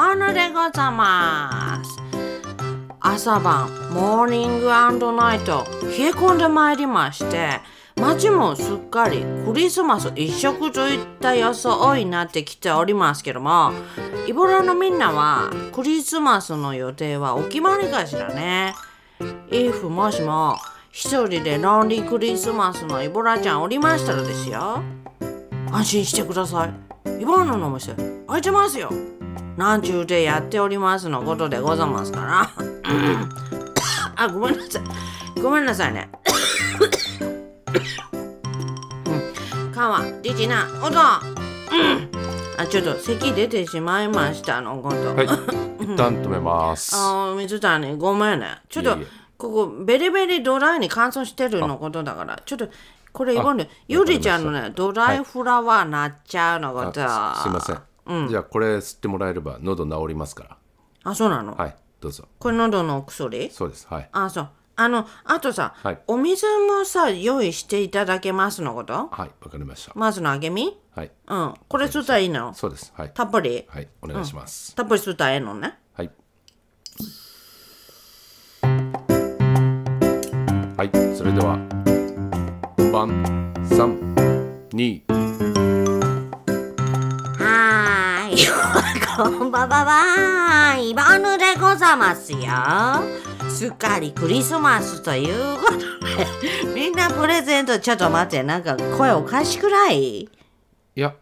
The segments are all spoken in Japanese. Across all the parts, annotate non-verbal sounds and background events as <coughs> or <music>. はざます朝晩モーニングナイト冷え込んでまいりまして街もすっかりクリスマス一色といった装いになってきておりますけどもイボラのみんなはクリスマスの予定はお決まりかしらねイフもしも一人でロンリークリスマスのイボラちゃんおりましたらですよ安心してくださいイボラのお店開いてますよなんちゅうてやっておりますのことでございますから <coughs> あごめんなさいごめんなさいね <coughs> かわりちなおどうんあちょっと咳出てしまいましたのこと、 <laughs> はい、一旦止めます。あー水谷ごめんねちょっといえいえここベリベリドライに乾燥してるのことだからちょっとこれ今ねゆりちゃんのねドライフラワーなっちゃうのことあすすいません、じゃあこれ吸ってもらえれば喉治りますかあそうなの、ら。はい、どうぞ。これ喉のお薬そうです。はい。あそうあのあとさ、はいお水もさ用意していただけますのことはい、わかりました。まずのあげみはい、うんこれ吸ったらいいのそうです。はい。たっぷりはい、お願いします。たっぷり吸ったらええのねはい。はい、それでは。本番。三。二。はーい、こん <laughs> ばんは、イバヌでござますよ。すっかりクリスマスということで、 <laughs> みんなプレゼント、ちょっと待って、なんか声おかしくないいや。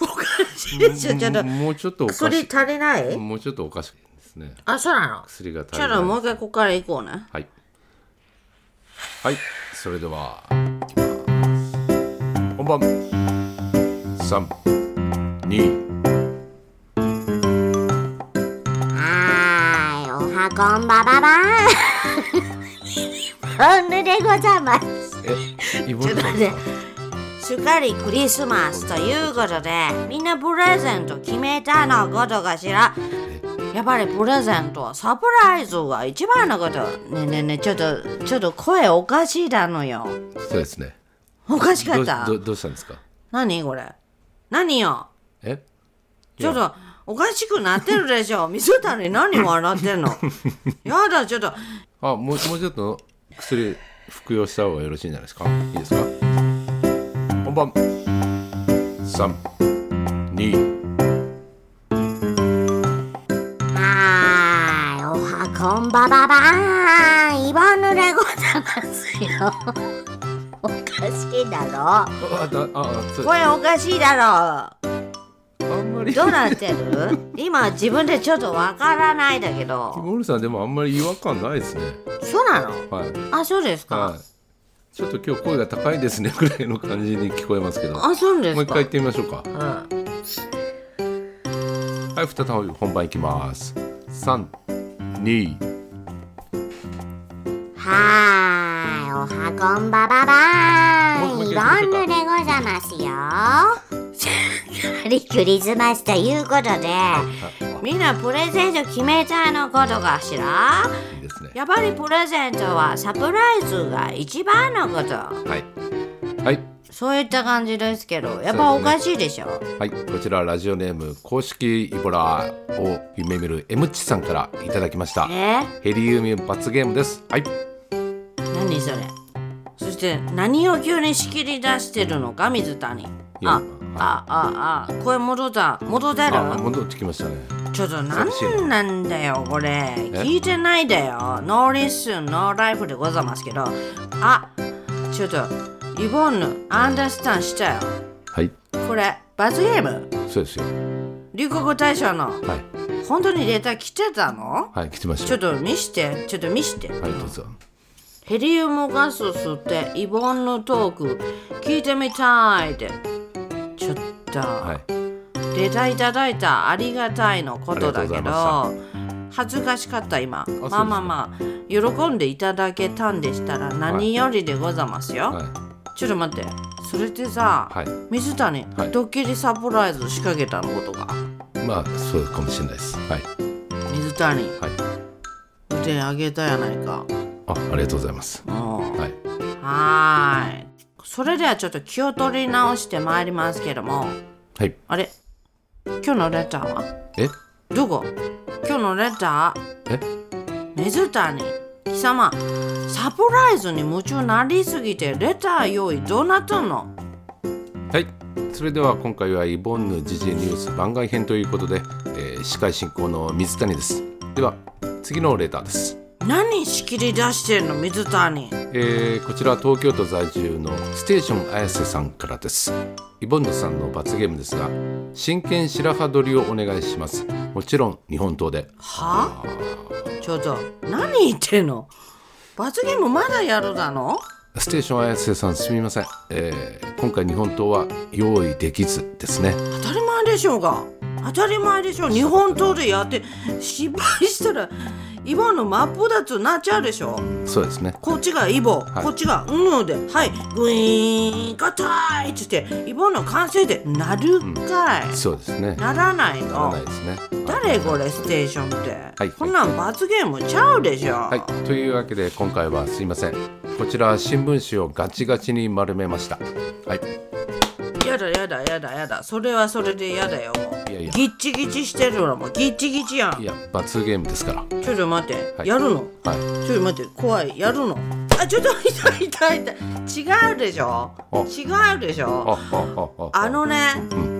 おかしいでしょ、ちょっと。もうちょっとおか薬し。足りないいもうちょっとおかしいですね。あ、そうなの薬が足りちょなっい。ともう一回ここから行こうね。はい。はい、それでは。本番。三。二。はーい、おはこんばばば <laughs> ーん。本音でございます。え、イボちょっと待って。すっかりクリスマスということで、みんなプレゼント決めたのことかしら。やっぱりプレゼントはサプライズが一番のこと。ねえねえねえ、ちょっと、ちょっと声おかしいだのよ。そうですね。おかしかどっうたどどうしたんですか。何これ何よえ。ちょっと、おかしくなってるでし <laughs> ょ。水谷何笑ってんのやだ、ちょっと。あ、もう、もうちょっと薬服用した方がよろしいんじゃないですか。いいですか。本番。三。二。はーい、おはこんばばばーん。イボヌでございます <laughs> よ。おかしいだろ。あ、あ、あ、あ、そう。声おかしいだろあんまり。どうなってる今自分でちょっとわからないだけキど。 <laughs> モールさん、でも、あんまり違和感ないですね。そうなのはい。あ、そうですか。はい。ちょっと今日声が高いですねぐらいの感じに聞こえますけど。もあ、そうでうす一か。回言ってみましょうか。うん。はい、再び本番いきます。三、二、はーい、おはこんばばばーん。イボヌでございますよ。すっかりクリスマスということで、みんなプレゼント決めたのことかしらいいですね。やっぱりプレゼントはサプライズが一番のこと。はい。はい。そういった感じですけど、やっぱおかしいでしょ。はい、こちらラジオネーム公式イボラを夢見る M ちさんからいただきました。えヘリウム罰ゲームです。はい、何それそして何を急に仕切り出してるのか水谷。やあ、あ、あ、あ、声戻った。戻ってるあ戻ってきましたね。ちょっと寂しい何なんだよこれ聞いてないだよノーリッスンノーライフでございますけどあちょっとイボンヌアンダースタンしたよはい、これ罰ゲームそうですよ。流行語大賞のはい、本当にレター来てたのはい、来てまし。ちょったと見してちょっと見して、はい、どうぞ。ヘリウムガス吸ってイボンヌトーク聞いてみたいでちょっと、はい、レターいただいたありがたいのことだあけりがとど恥ずかしかった今すかまあまあまあ喜んでいただけたんでしたら何よりでございますよ、はちょっと待ってそれってさ、はい水谷、はいドッキリサプライズ仕掛けたのことかい、まあ、そうかもしれないです。はい、水谷はい、腕あげたやないかあ、ありがとうございます。もうはい、はーいそれではちょっと気を取り直してまいりますけどもはい、あれ今日のレターはえ、どこ今日のレタえー水谷貴様サプライズに夢中になりすぎてレター用意どうなったのはいそれでは今回はイボンヌ時事ニュース番外編ということで、えー司会進行の水谷ですでは次のレターです何仕切り出してんの水谷えーこちらは東京都在住のステーション綾瀬さんからですイボンヌさんの罰ゲームですが真剣白羽取りをお願いしますもちろん日本刀ではちょっと何言ってんの罰ゲームまだやるだのステーション綾瀬さんすみません、えー今回日本刀は用意できずですね当たり前でしょうが当たり前でしょう日本刀でやって失敗したらイボの真っ二つになっちゃうでしょそうですねこっちがイボ、はいこっちがうんではいグイーン硬いっつってイボの完成でなるかい、そうですねなならないらのないですね誰これステーションって、はいこんなん罰ゲームちゃうでしょ、はい、というわけで今回はすいませんこちら新聞紙をガチガチに丸めましたはいやだやだやだやだそれはそれでやだよいやいやギッチギチしてるのもんギッチギチやんいや罰ゲームですからちょっと待って、はいやるのはいちょっと待って怖いやるのあちょっと痛い痛い痛い違うでしょあ違うでしあょああああのね、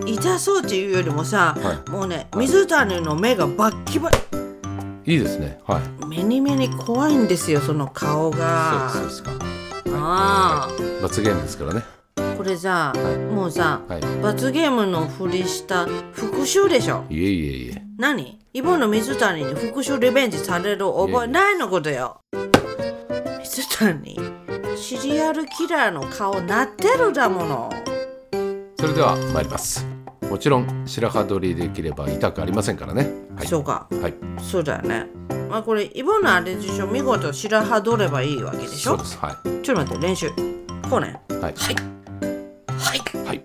痛そうっていうよりもさ、はいもうね水谷の目がバッキバキいいですねはい目に目に怖いんですよその顔がそうですそうですかあ罰ゲームですからねあこれさ、いもうさ、はい罰ゲームのふりした復讐でしょいえいえいえ何イボの水谷に復讐リベンジされる覚えないのことよ水谷シリアルキラーの顔なってるだものそれでは参りますもちろん白羽取りできれば痛くありませんからねはいそうかはいそうだよねまあこれイボのあれでしょ見事白羽取ればいいわけでしそょうですはちょっと待って練習こうねいはいはいはいはい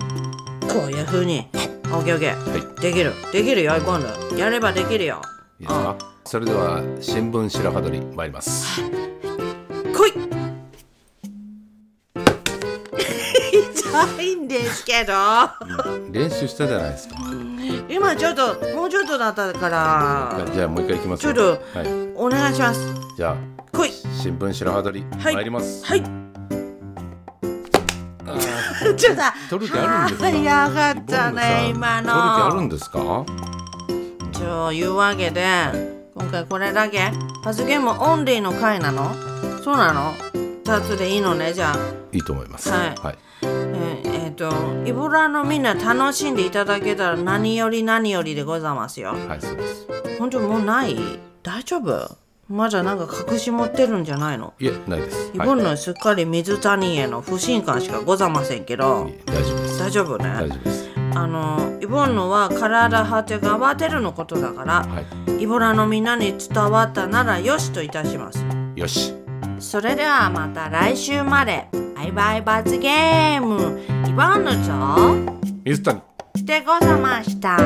こういうふうにオッケーオッケーはいできるできるよ今度やればできるよいいですかそれでは新聞白羽取り参ります来い痛いんですけど練習したじゃないですか今ちょっともうちょっとだったからじゃあもう一回いきますよちょっはいお願いしますじゃ来いあ新聞白羽取り、はい参ります。はいあ <laughs> ーちょっと取る気あるんですか。早かったねイボンヌさ今ん取る気あるのんですか。というわけで今回これだけ罰ゲームオンリーの回なのそうなの2つでいいのねじゃあいいと思います。はいえっ、えーとイボラのみんな楽しんでいただけたら何より何よりでございますよはい、そうです。本当もうない大丈夫まだなんか隠し持ってるんじゃないのいえ、ないです。イボンはいヌすっかり水谷への不信感しかございませんけど、いえ大丈夫です。大丈夫ね、大丈夫です。あのイボンヌは体張って頑張ってるのことだからはイボラのみんなに伝わったならよしといたしますい。よし。それではまた来週までバイバイ罰ゲームイボンヌと水谷。でござました